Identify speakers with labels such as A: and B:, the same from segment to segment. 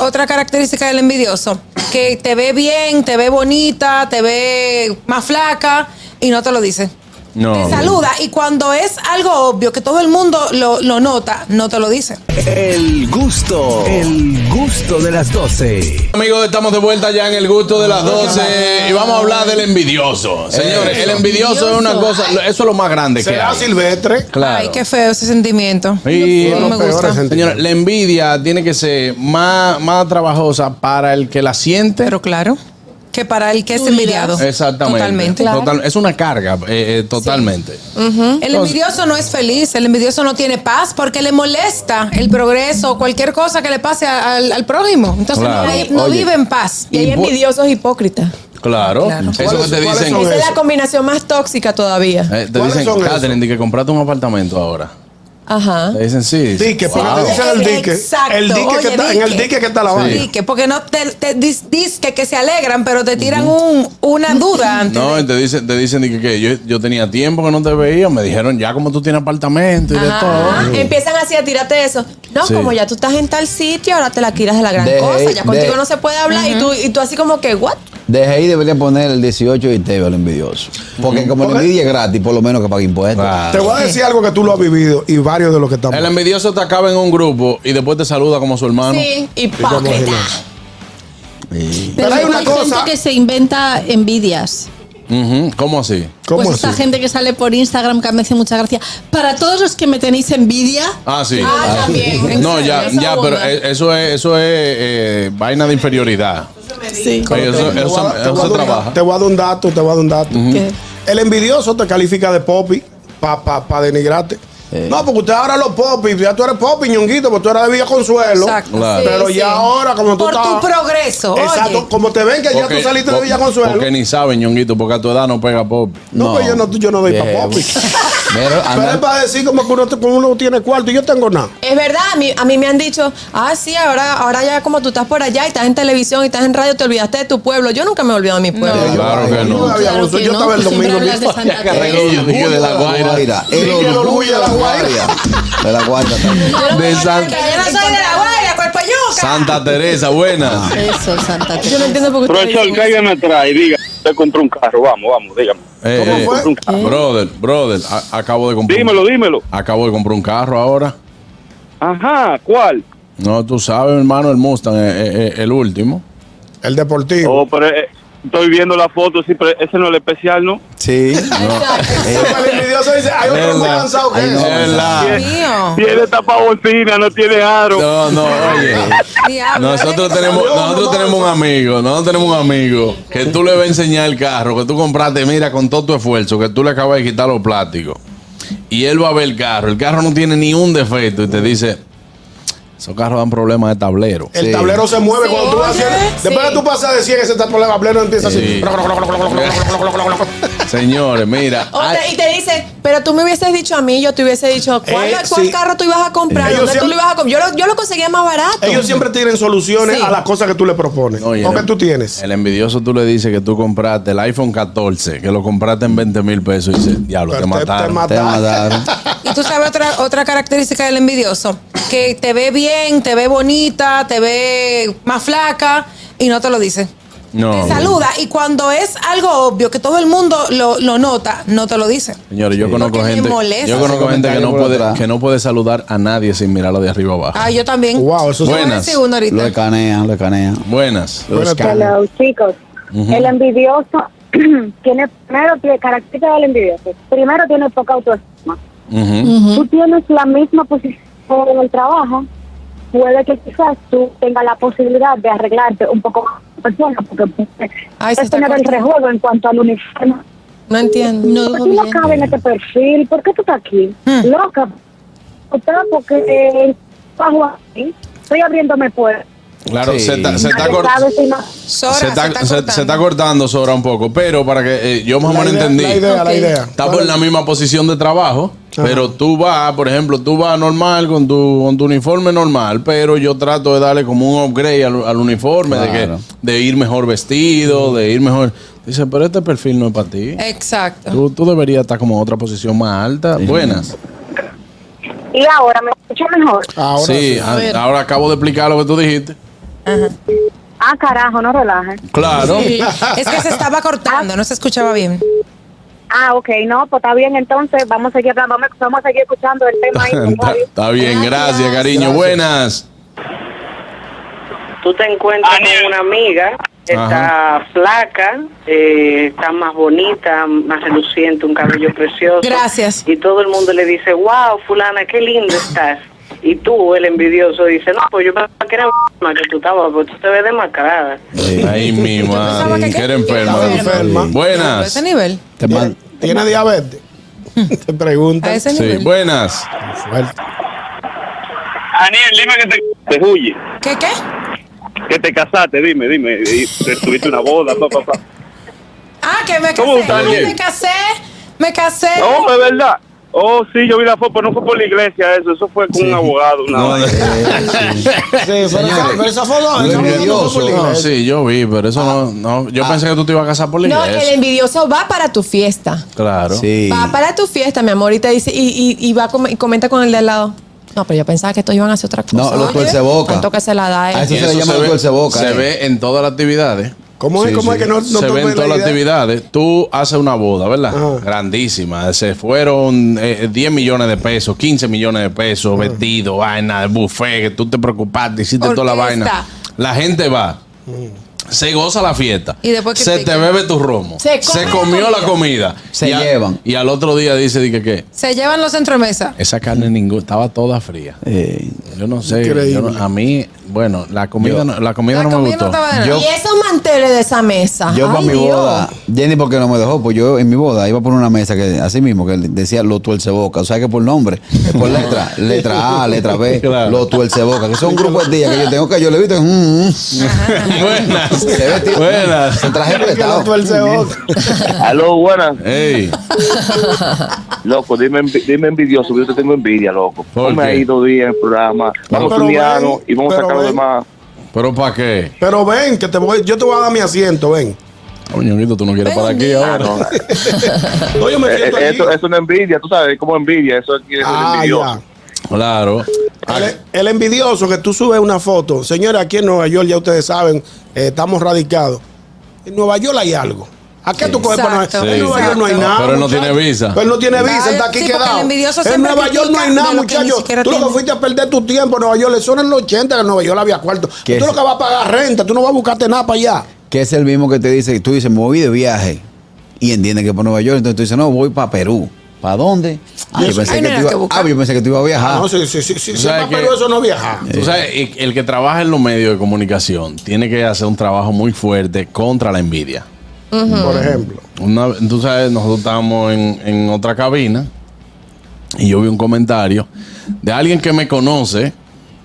A: Otra característica del envidioso, que te ve bien, te ve bonita, te ve más flaca y no te lo dice.
B: No.
C: Oh,
A: Te saluda y cuando es algo obvio que todo el mundo lo, lo nota, no te lo dice.
D: El gusto, el gusto de las 12.
C: Amigos, estamos de vuelta ya en el gusto de las 12 y vamos a hablar del envidioso. Señores, el envidioso es una cosa, lo- eso es lo más grande que
E: Será
C: hay.
E: silvestre.
C: Claro.
A: Ay, qué feo ese sentimiento.
C: Y-
A: no me gusta.
C: Señores, la envidia tiene que ser más, más trabajosa para el que la siente.
A: Pero claro, que para el que es
F: Tú
A: envidiado.
C: Exactamente.
A: Totalmente. Mm.
C: Total- es una carga, eh, eh, totalmente.
A: El envidioso no es feliz, el envidioso no tiene paz porque le molesta el progreso o cualquier cosa que le pase a- al, al prójimo. Entonces no
C: Claro.
A: hay- no,
C: Oye.
A: vive en paz.
F: Y hay
C: Impu-
F: envidiosos hipócritas.
C: Claro.
A: Claro.
C: Eso que te
E: ¿Cuáles
C: dicen.
E: son
F: Esa
E: esos?
F: es la combinación más tóxica todavía.
C: eh, te
E: ¿Cuáles
C: dicen,
E: son esos?
C: Catherine, di que compraste un apartamento ahora.
F: Ajá.
C: Te dicen sí.
E: Dique, porque
C: Wow.
E: te dicen el dique.
A: Exacto.
E: El dique
A: Oye,
E: que está, en el
A: dique.
E: dique que está la
C: Sí.
E: vaina.
A: Dique, porque no te, te dis- disque que se alegran, pero te tiran un- una duda antes.
C: No,
A: de-
C: y te dicen, te dicen di que, que yo, yo tenía tiempo que no te veía. Me dijeron, ya como tú tienes apartamento y
E: Ah.
F: Ajá.
C: de todo.
F: Ah.
C: Uh.
F: Empiezan así a tirarte eso. No,
C: Sí.
F: como ya tú estás en tal sitio, ahora te la tiras de la gran
G: De-
F: cosa. Ya contigo
G: de-
F: no se puede hablar. y, tú, y tú así como que, ¿what?
G: Deje ahí debería poner el 18 y te al envidioso. Porque como la
E: Porque-
G: envidia es gratis, por lo menos que pague impuestos.
C: Claro.
E: Te voy a decir algo que tú lo has vivido y varios de los que estamos.
C: El envidioso te acaba en un grupo y después te saluda como su hermano.
F: Sí,
E: Ah, Digamos,
F: hipócrita.
E: Pero hay una cosa-
H: gente que se inventa envidias.
C: Ujú, ¿Cómo así?
E: ¿Cómo
H: pues
E: así?
H: esta gente que sale por Instagram que me hace mucha gracia. Para todos los que me tenéis envidia,
C: Ah, sí.
F: Ah, también.
C: No, ya,
F: Esa
C: ya,
F: onda.
C: pero eh, eso es, eso es eh, vaina de inferioridad.
F: Sí.
C: Oye, eso, eso-
E: Te voy a- te
C: eso
E: voy a dar un-
C: trabaja.
E: Te voy a dar un dato, te voy a dar un dato.
F: ¿Qué?
E: El envidioso te califica de popi para pa, pa denigrarte. No, porque usted ahora los popis, ya tú eres popi, ñonguito, porque tú eras de Villa Consuelo.
A: Exacto.
C: Claro.
A: Sí,
E: Pero
A: sí.
E: ya ahora, como tú
A: Por
E: estás-
A: tu progreso. oye.
E: Exacto, como te ven que ya tú saliste de
C: po-
E: Villa Consuelo.
C: Porque ni saben, ñonguito, porque a tu edad no pega pop.
E: no, pues yo no, yo no doy
G: Bien.
E: para popi.
G: Pero
E: Pero es
G: anda-
E: para decir como que uno, como uno tiene cuarto y yo tengo nada.
F: Es verdad, a mí, a mí me han dicho, ah, sí, ahora, ahora ya como tú estás por allá y estás en televisión y estás en radio, te olvidaste de tu pueblo. Yo nunca me he olvidado de mi pueblo.
E: Eh, Yo-
C: Claro que no.
E: Yo, había
H: Claro
E: consuelo,
H: que
E: yo
H: no,
E: estaba el
H: tú siempre
E: domingo.
H: hablas de
E: mismo.
H: Santa Teresa.
C: Yo dije de la Guaira.
G: Guaira, El
E: Dije que el
G: orgullo de la
E: Guaira.
G: Guaira. De la Guaira también.
C: De San-
A: Que yo no soy de la Guaira, cuerpo yuca.
C: Santa Teresa, buena.
E: Ah.
H: eso, Santa
F: Yo no
H: Teresa.
F: entiendo por qué ustedes
I: Profesor,
F: dicen
I: cáigame atrás y diga, usted compró un carro, vamos, vamos, dígame.
C: Eh,
E: ¿Cómo
C: eh,
E: fue?
I: Compró un carro.
C: Brother, brother, a- acabo de comprar.
I: Dímelo, dímelo.
C: Acabo de comprar un carro ahora.
I: Ajá, ¿cuál?
C: No, tú sabes, hermano, el Mustang, eh, eh, eh, el último.
E: El deportivo.
I: Oh, pero eh, estoy viendo la foto, sí, pero ese no es el especial, ¿no?
G: Sí.
E: El envidioso dice, hay otro más avanzado que
G: Ay,
E: ese.
G: no.
C: ¿Verdad?
A: Mío.
I: Tiene tapabocina, no tiene aro.
C: No, no, oye.
A: Diablo,
C: Nosotros tenemos, nosotros tenemos un amigo, nosotros tenemos un amigo que tú le vas a enseñar el carro, que tú compraste, mira, con todo tu esfuerzo, que tú le acabas de quitar los plásticos. Y él va a ver el carro, el carro no tiene ni un defecto y te dice, esos carros dan problemas de tablero.
E: El
G: Sí.
E: tablero se mueve cuando tú vas
A: oye,
E: haciendo. Después
A: sí.
E: que tú pasas de 100, ese tablero empieza
C: Sí.
E: así.
C: Señores, mira,
F: O
C: hay-
F: te- y te dice, pero tú me hubieses dicho a mí, yo te hubiese dicho, ¿cuál,
E: Eh,
F: cuál
E: sí.
F: carro tú ibas a comprar?
E: Ellos
F: ¿Dónde tú
E: siempre- Eh.
F: lo ibas a comprar? Yo lo, yo lo conseguía más barato.
E: Ellos siempre tienen soluciones
F: Sí.
E: a las cosas que tú le propones.
C: Oye,
E: o que
C: no.
E: tú tienes.
C: el envidioso tú le dices que tú compraste el iPhone 14, que lo compraste en 20 mil pesos y dice, diablo,
E: Pero
C: te mataron.
G: Te mataron.
A: Y tú sabes otra, otra característica del envidioso, que te ve bien, te ve bonita, te ve más flaca y no te lo dice.
C: No.
A: Te saluda y cuando es algo obvio que todo el mundo lo, lo nota, no te lo dice.
C: Señores, yo conozco
A: Porque me
C: gente,
A: molesta.
C: yo conozco
G: Ese
C: gente que no
G: comentario por
C: puede,
G: atrás.
C: que no puede saludar a nadie sin mirarlo de arriba abajo.
A: Ah, yo también.
E: Wow, eso es-
A: Yo voy a
C: Buenas.
A: decir uno ahorita.
G: Lo escanean, lo escanean.
C: Buenas.
E: Buenas tardes.
J: Hello, chicos. El envidioso tiene primero tiene característica del envidioso. Primero tiene poca autoestima.
C: Ujú.
J: Tú tienes la misma posición en el trabajo, puede que quizás tú tengas la posibilidad de arreglarte un poco más con la persona porque
F: Ay, se
J: puedes
F: está
J: tener el
F: cortando.
J: rejuego en cuanto al uniforme.
F: No entiendo.
H: No,
J: ¿Por qué no cabe en este perfil? ¿Por qué tú estás aquí?
F: Hmm.
J: Loca. Usted porque eh, bajo aquí, estoy abriéndome puertas.
C: Claro,
G: Sí.
C: se está, se está
J: Nadie
C: cor-
J: sabe si no-
A: Sora,
C: se está- se-
A: cortando.
C: se está cortando Sora un poco, pero para que eh, yo más o
E: La
C: menos
E: idea,
C: entendí.
E: La idea, la idea.
C: Está por la misma posición de trabajo, pero tú vas, por ejemplo, tú vas normal con tu, con tu uniforme normal, pero yo trato de darle como un upgrade al, al uniforme, de,
G: Claro.
C: que, de ir mejor vestido, de ir mejor. Dice, pero este perfil no es para ti.
A: Exacto.
C: Tú, tú deberías estar como en otra posición más alta. Buenas.
J: Y ahora me escucha mejor.
E: Ahora
C: sí,
E: sí.
C: a- ahora acabo de explicar lo que tú dijiste.
A: Ajá.
F: Ah, carajo, no relajes.
C: Claro.
A: Sí. Es que se estaba cortando, no se escuchaba bien.
F: Ah, ok, no, pues está bien, entonces vamos a seguir hablando, vamos a- vamos a seguir escuchando el tema ahí. con
C: Está
F: Javi.
C: está bien, gracias, cariño. Buenas.
J: Tú te encuentras con una amiga, está flaca, eh, está más bonita, más reluciente, un cabello precioso.
A: Gracias.
J: Y todo el mundo le dice, wow, fulana, qué linda estás. Y tú, el envidioso, dice, no, pues yo pensaba que era más que tú estabas, pues tú te ves demacrada.
C: Ahí mismo. ah,
A: pensaba que-
C: Que era enferma.
E: Estaba enferma.
A: A
C: Buenas.
A: ese nivel.
G: Te man-
E: ¿Tiene diabetes? Te preguntan.
A: A ese
C: Sí,
A: nivel.
C: buenas.
E: Fuerte.
I: Aniel, dime que te, te huye,
A: ¿Qué qué?
I: que te casaste, dime, dime. Y te tuviste una boda, papá. Pa, pa.
A: Ah, que me
I: ¿Cómo
A: casé.
I: está,
A: Ay,
I: Ariel?
A: me casé. Me casé.
I: No, es verdad. Oh, sí, yo vi la foto, pero no fue por la iglesia eso, eso fue con un abogado. Una
C: No,
I: vaina.
G: eh,
E: Sí, pero esa, pero esa foto
G: Lo
E: esa foto no
G: envidioso.
E: fue por la
C: No,
E: iglesia.
C: sí, yo vi, pero eso
G: Ah.
C: no. no yo pensé que tú te ibas a casar por la
K: No, el
C: iglesia.
K: envidioso va para tu fiesta.
C: Claro.
G: Sí.
K: Va para tu fiesta, mi amor, y te dice, y, y- y va a com- y comenta con el de al lado. No, pero yo pensaba que estos iban a hacer otra cosa.
G: No, los
K: Oye,
G: tuerceboca.
K: Tanto que se la da
G: A
K: él.
G: eso
C: Y
G: se le
C: eso
G: llama
C: se ve-
G: dulce boca.
C: Se
G: eh.
C: ve en todas las actividades.
E: ¿Cómo es,
G: Sí,
E: cómo es
G: sí.
E: que no, no
C: se
E: tomen
C: ven todas las
E: idea?
C: actividades. Tú haces una boda, ¿verdad?
E: Ajá.
C: Grandísima. Se fueron eh, 10 millones de pesos, 15 millones de pesos, vestido, vaina, buffet, que tú te preocupaste, hiciste toda la
A: Orquesta.
C: vaina. La gente va.
E: Mm.
C: Se goza la fiesta.
A: Y después que
C: se
A: te-
C: te bebe tu romo.
K: Se come la
C: comió la comida.
G: Se
C: Y a-
G: llevan.
C: Y al otro día dice, dije, ¿qué?
A: Se llevan los centromesas.
C: Esa carne ninguna, estaba toda fría.
G: Eh,
C: Yo no sé.
E: Increíble.
C: yo no- a mí, bueno, la comida,
G: Yo-
C: no, la comida
A: La
C: no me
A: comida
C: gustó.
A: no estaba de nada.
G: Yo-
K: Y esos manteles de esa mesa.
G: yo
K: Ay,
G: para mi
K: Dios.
G: boda, Jenny porque no me dejó, pues yo en mi boda iba por una mesa que así mismo que decía lo tuerce boca, o sea que por nombre, por letra, letra A, letra B,
C: Claro.
G: lo tuerce boca, que son grupos de días que yo tengo que yo le he visto, mm, mm,
C: Buenas.
G: se ve tío,
C: Buenas.
G: se traje
E: Que
G: prestado.
E: no tuerce boca.
I: Aló, buenas.
C: Ey.
I: Loco, dime, envi- dime envidioso, yo te tengo envidia, loco.
C: ¿Por
I: Ponme
C: qué?
I: ahí dos días en el programa. Vamos a
E: pero
I: estudiarnos
E: ven,
I: y vamos a
E: pero
I: sacar lo
E: ven.
I: demás.
C: ¿Pero para qué?
E: Pero ven, que te voy, yo te voy a dar mi asiento, ven.
C: Coño, Ñonguito, Ah, tú no
A: Ven
C: quieres para
A: un
C: aquí
A: día.
C: ahora.
E: No, yo me
I: Ah, Eh,
E: siento
I: eh,
E: aquí.
I: Eso eso no es envidia, tú sabes, como envidia, eso aquí es
E: Ah,
I: envidioso.
E: ya.
C: Claro.
E: El, el envidioso que tú subes una foto. Señores, aquí en Nueva York, ya ustedes saben, eh, estamos radicados. En Nueva York hay algo. ¿A qué tú coges para Nueva
A: Exacto.
E: York? En
C: Sí,
E: Nueva
C: sí.
E: York no hay nada.
C: Pero él no
E: muchacho.
C: tiene visa.
E: Pero él no tiene visa,
A: Ah,
E: está aquí
A: sí, porque
E: quedado.
A: el envidioso
E: en
A: siempre
E: Nueva York no hay
A: critica
E: nada,
A: de lo que ni
E: muchachos.
A: siquiera
E: Tú lo que
A: tiene.
E: fuiste a perder tu tiempo en Nueva York, eso era en los 80, que en Nueva York había cuarto. Tú
G: ¿Qué
E: lo
G: es?
E: que vas a pagar renta, tú no vas a buscarte nada para allá.
G: que es el mismo que te dice, tú dices, me voy de viaje y entiende que por Nueva York, entonces tú dices, no, voy para Perú. ¿Para dónde? Ah, yo,
A: eso-
G: pensé
A: Ay,
G: que
A: no era
G: tú iba-
A: que buscar.
G: ah, yo pensé que tú ibas a viajar.
E: No, sí, sí, sí, sí,
C: Tú
E: sí,
C: sabes
E: pa'
C: que-
E: Perú eso no viaja.
C: Tú sabes, el- el que trabaja en los medios de comunicación tiene que hacer un trabajo muy fuerte contra la envidia.
E: Por ejemplo.
C: Una, tú sabes, nosotros estábamos en, en otra cabina y yo vi un comentario de alguien que me conoce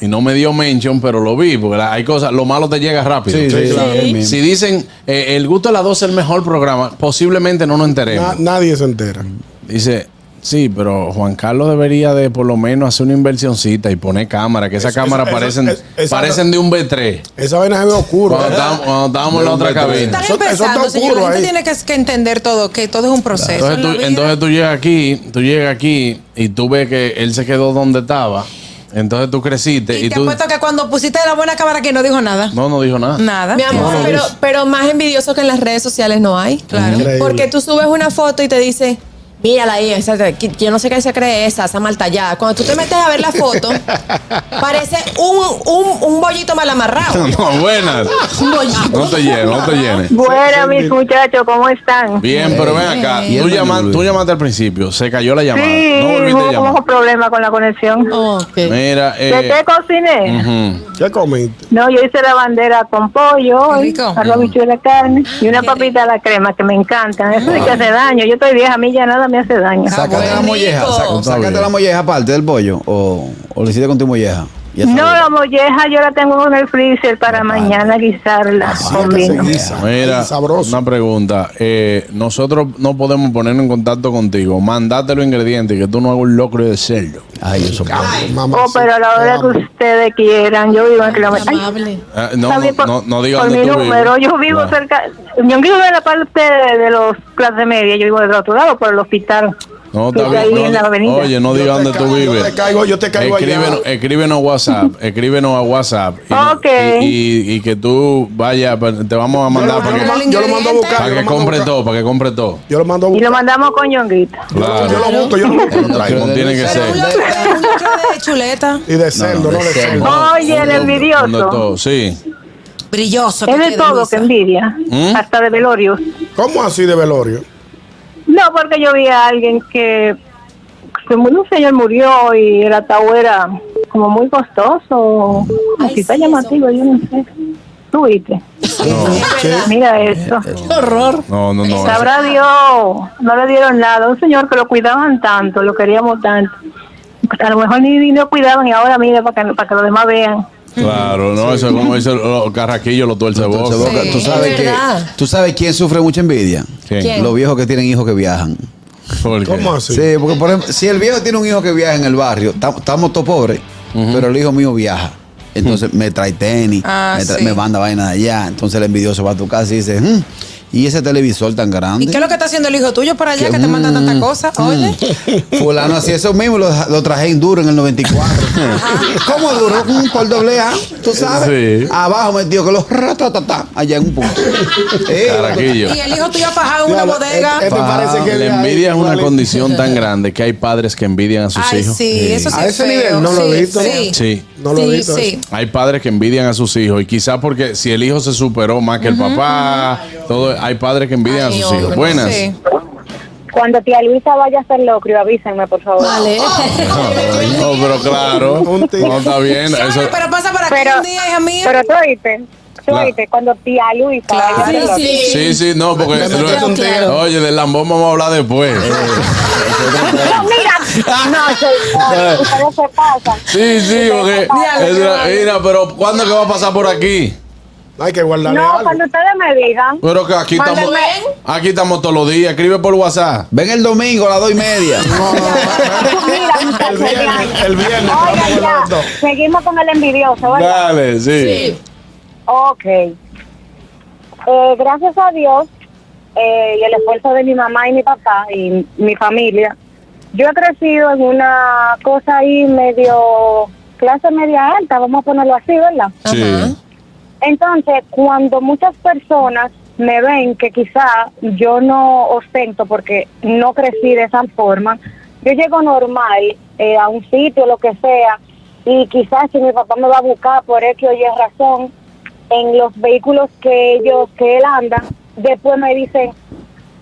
C: y no me dio mention, pero lo vi, porque la- hay cosas, lo malo te llega rápido.
G: Sí, sí, Sí. claro, él mismo.
C: Si dicen, eh, el gusto de las 12 es el mejor programa, posiblemente no nos enteremos.
E: Na- nadie se entera.
C: Dice, sí, pero Juan Carlos debería de por lo menos hacer una inversioncita y poner cámara, que esas
E: Eso-
C: cámaras
E: eso-
C: parecen,
E: eso- eso-
C: parecen de un B3.
E: Esa vaina se ve oscura.
C: Cuando
E: ¿verdad?
C: estábamos, cuando estábamos en la otra cabina.
A: Están
E: Eso- eso está
A: empezando, señor.
E: oscuro
A: La gente
E: ahí.
A: tiene que, que entender todo, que todo es un proceso.
C: Entonces
A: en la
C: tú,
A: vida.
C: entonces tú llegas aquí, tú llegas aquí y tú ves que él se quedó donde estaba. Entonces tú creciste y,
A: y te
C: tú...
A: apuesto que cuando pusiste la buena cámara que no dijo nada.
C: No, no dijo nada.
A: Nada.
K: Mi amor, pero, pero más envidioso que en las redes sociales no hay.
A: Claro.
E: Increíble.
K: Porque tú subes una foto y te dice, mírala ahí, esa, que- que yo no sé qué se cree esa, esa mal tallada. Cuando tú te metes a ver la foto, parece un, un, un bollito mal amarrado.
C: no, buenas. No te llenes, no te llenes.
F: Buenas, mis muchachos, ¿cómo están?
C: Bien, pero ven acá.
G: Y
C: Tú,
G: el
C: llama-
G: Manolo.
C: tú llamaste al principio, se cayó la llamada.
F: Sí,
C: no volviste a
F: hubo
C: llamar.
F: un problema con la conexión.
K: Oh.
H: Ok.
C: Mira,
F: ¿De
C: eh,
F: qué cociné?
C: ujú.
E: ¿Qué comiste?
F: No, yo hice la bandera con pollo,
A: Qué rico.
F: arroz bichuela de carne y una papita a la crema que me encantan. Eso sí que hace daño. Yo estoy vieja, a mí ya nada me hace daño.
G: Sácate la
K: bueno.
G: molleja,
K: Rico.
G: saca-
C: Está
G: sácate
C: bien.
G: la molleja aparte del pollo o, o lo hiciste con tu molleja. Ya
F: No,
G: sabes.
F: la molleja yo la tengo en el freezer para mañana guisarla con
E: que se
F: vino.
E: guisa.
C: Ah, Mira,
E: Ay, sabroso.
C: una pregunta. Eh, nosotros no podemos ponernos en contacto contigo. Mandate los ingredientes que tú no hagas un locro de cerdo.
G: Ay, eso padre.
E: Mamá,
F: Oh,
E: sí,
F: pero a la hora que
E: vamos.
F: ustedes quieran, yo vivo en kilómetros. Ay,
H: Amable.
C: Ah, no,
F: está
C: no,
F: bien, por-
C: no, no diga
F: por
C: dónde
F: mi
C: tú
F: número,
C: vives.
F: yo vivo
C: Claro.
F: cerca, yo vivo en la parte de, de los clases medias, yo vivo del otro lado, por el hospital.
C: No,
F: que
C: está
F: está ahí
C: bien.
F: en la
C: no,
F: avenida.
C: oye, no
E: Yo
C: diga
E: te
C: dónde tú
E: caigo, yo
C: vives.
E: te caigo, yo te caigo allá.
C: Escríbenos, escríbenos WhatsApp. Escríbenos a WhatsApp. Y, no-
F: Ok.
C: y, y- y que tú vayas, te vamos a mandar para
E: Yo lo
C: que,
E: mando- yo lo mando a buscar.
C: para que
E: yo lo mando a
C: compre
E: buscar.
C: todo, para que compre todo.
E: Yo lo mando a
F: Y
E: buscar.
F: lo mandamos con Ñonguita.
E: Yo
C: Claro.
E: lo busco, yo lo busco. lo
C: Como
E: traigo.
C: tiene que
A: Un
C: ser.
A: locro un locro de chuleta.
E: Y de cerdo, no de cerdo.
F: Oye, el envidioso.
C: De todo, sí.
A: Brilloso. que
F: Es de
A: quede,
F: todo
A: Luisa.
F: que envidia,
C: ¿Mm?
F: hasta de velorio.
E: ¿Cómo así de velorio?
F: No, porque yo vi a alguien que se murió, un señor murió y el ataúd era como muy costoso,
H: Ay,
F: así está
H: sí,
F: llamativo, yo no sé. Tú viste. Mira esto.
H: ¡Qué horror!
C: No, no, no.
F: Sabrá Dios, no le dieron nada. Un señor que lo cuidaban tanto, lo queríamos tanto. A lo mejor ni, ni lo cuidaban y ahora mira para que, para que los demás vean.
C: Claro, no, eso es como dice los carraquillos, los tuerce
G: Entonces,
C: boca.
G: Boca,
A: Sí,
G: ¿tú,
A: es
G: sabes que,
K: verdad.
G: ¿Tú sabes quién sufre mucha envidia?
C: ¿Quién?
K: ¿Quién?
G: Los viejos que tienen hijos que viajan.
C: ¿Por qué?
E: ¿Cómo así?
G: Sí, porque por ejemplo, si el viejo tiene un hijo que viaja en el barrio, tam- estamos todos pobres, pero el hijo mío viaja. Entonces me trae tenis,
A: Ah,
G: me, tra-
A: sí.
G: me manda vaina de allá. Entonces el envidioso va a tu casa y dice, "Mm, ¿y ese televisor tan grande?
A: ¿Y qué es lo que está haciendo el hijo tuyo para allá que te manda
C: Mm,
A: tanta cosa? Oye.
G: Fulano hacía eso mismo, lo, lo traje en duro en el 94. ¿Cómo duro? Mm, Por doble A, tú sabes.
C: Sí.
G: Abajo metido que los ratatata allá en un punto. Eh,
C: Carraquillo.
A: Y el hijo tuyo fajado en una
E: Claro,
A: bodega.
E: este- este
G: Pa-
E: parece que
C: La
E: de ahí,
C: envidia es una
E: igualito.
C: condición tan grande que hay padres que envidian a sus
A: Ay,
C: hijos.
A: sí, eso sí.
E: A
A: es
E: ese
A: feo.
E: nivel no lo he
A: Sí,
E: visto.
A: Sí.
C: Sí.
E: No lo he
A: Sí,
E: visto.
A: sí.
E: eso.
C: Hay padres que envidian a sus hijos y quizás porque si el hijo se superó más que el papá, todo, hay padres que envidian
K: Ay,
C: a sus hijos.
K: hombre,
C: Buenas.
A: Sí.
F: Cuando tía Luisa vaya a hacer locrio, avísenme, por favor.
K: Vale.
C: No, pero claro,
E: Un tío.
C: no está bien.
A: Sara,
C: Eso,
A: pero pasa para aquí
F: Pero,
A: un día, hija mía.
F: pero tú oíste, tú
C: La-
F: oíste, cuando tía Luisa vaya a hacer
H: Sí,
F: locrio.
H: sí.
C: sí, sí, no, porque
E: Me metí con tigre.
C: oye, del lambón vamos a hablar después.
F: No, mira, no, señor, ustedes se pasan.
C: Sí, sí, porque es una- mira, pero ¿cuándo que va a pasar por aquí?
E: Hay que guardarle
F: No,
E: algo.
F: cuando ustedes me digan.
C: Pero que aquí estamos,
F: Mándenme.
C: aquí estamos todos los días. Escribe por WhatsApp.
G: Ven el domingo a las dos y media.
F: Mira,
E: El
F: muchachos,
E: viernes,
F: ya.
E: el viernes.
F: Oigan,
E: vamos a los
F: ya.
E: dos.
F: Seguimos con el envidioso, ¿verdad?
C: Dale, sí.
H: Sí.
F: Ok. Eh, gracias a Dios eh, y el esfuerzo de mi mamá y mi papá y mi familia, yo he crecido en una cosa ahí medio clase media alta, vamos a ponerlo así, ¿verdad?
C: Sí.
F: Entonces, cuando muchas personas me ven que quizá yo no ostento porque no crecí de esa forma, yo llego normal eh, a un sitio, lo que sea, y quizás si mi papá me va a buscar por X o Y razón, en los vehículos que ellos, que él anda, después me dicen,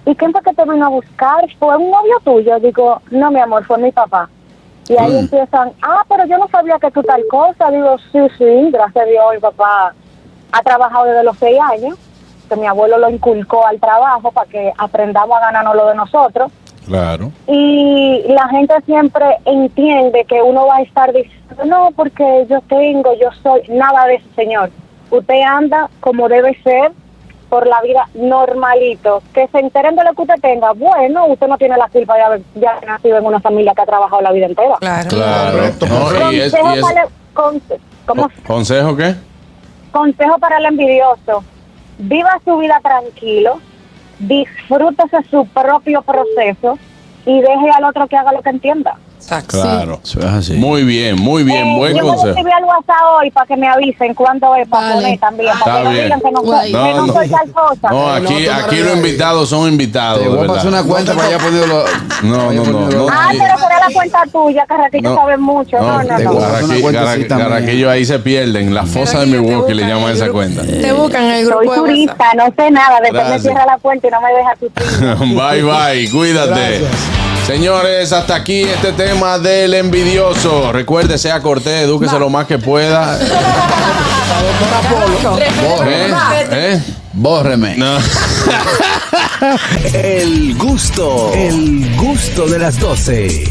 F: ¿y quién fue que te vino a buscar? ¿Fue un novio tuyo? Digo, no, mi amor, fue mi papá. Y ahí empiezan, ah, pero yo no sabía que tú tal cosa. Digo, sí, sí, gracias a Dios, mi papá ha trabajado desde los seis años, que mi abuelo lo inculcó al trabajo para que aprendamos a ganarnos lo de nosotros.
C: Claro.
F: Y la gente siempre entiende que uno va a estar diciendo, no, porque yo tengo, yo soy, nada de eso, señor. Usted anda como debe ser por la vida normalito. Que se enteren de lo que usted tenga. Bueno, usted no tiene la culpa de haber de haber nacido en una familia que ha trabajado la vida entera.
A: Claro.
C: Claro.
E: Correcto,
C: No,
E: correcto.
C: y es-
F: Consejo
C: y es-
F: para el- conse- ¿cómo?
C: ¿Consejo qué?
F: Consejo para el envidioso. Viva su vida tranquilo, disfrútese su propio proceso y deje al otro que haga lo que entienda.
A: Exacto.
C: Claro.
G: Eso es así.
C: Muy bien, muy bien.
F: Eh,
C: Buen
F: yo voy a
C: consejo. Ah,
F: escribir al WhatsApp hoy para que me avisen cuándo es para
H: Vale.
F: poner también.
C: Está
F: Para que no
C: bien.
F: digan que no,
H: Guay.
F: que no, soy tal cosa.
C: No, aquí,
E: No, tú
C: aquí
E: no
C: los
E: eres.
C: invitados son invitados.
G: Te
C: de
G: voy a
C: verdad.
G: pasar una cuenta para allá ponerlo.
C: No, no, no, no.
F: ah,
C: aquí-
F: pero será la cuenta tuya, Carraquillo
C: No.
F: sabe mucho. No, no,
G: te
F: no.
C: Carraqui-
G: guarda. Una
C: Carraqui-
G: cuenta así también.
C: Carraquillo ahí se pierden. La fosa de
A: Carraquillo, te
C: Milwaukee le
A: buscan
C: llaman
A: el
C: esa
A: grupo.
C: cuenta.
A: Te buscan el
F: Soy
A: grupo de WhatsApp.
F: turista, no sé nada. Después
C: Gracias.
F: me cierra la puerta y no me deja tu
C: Bye bye, cuídate.
E: Gracias.
C: Señores, hasta aquí este tema del envidioso. Recuerde, sea cortés, edúquese lo más que pueda. ¿Eh? ¿Eh?
G: Bórreme.
C: No.
D: El gusto, el gusto de las doce.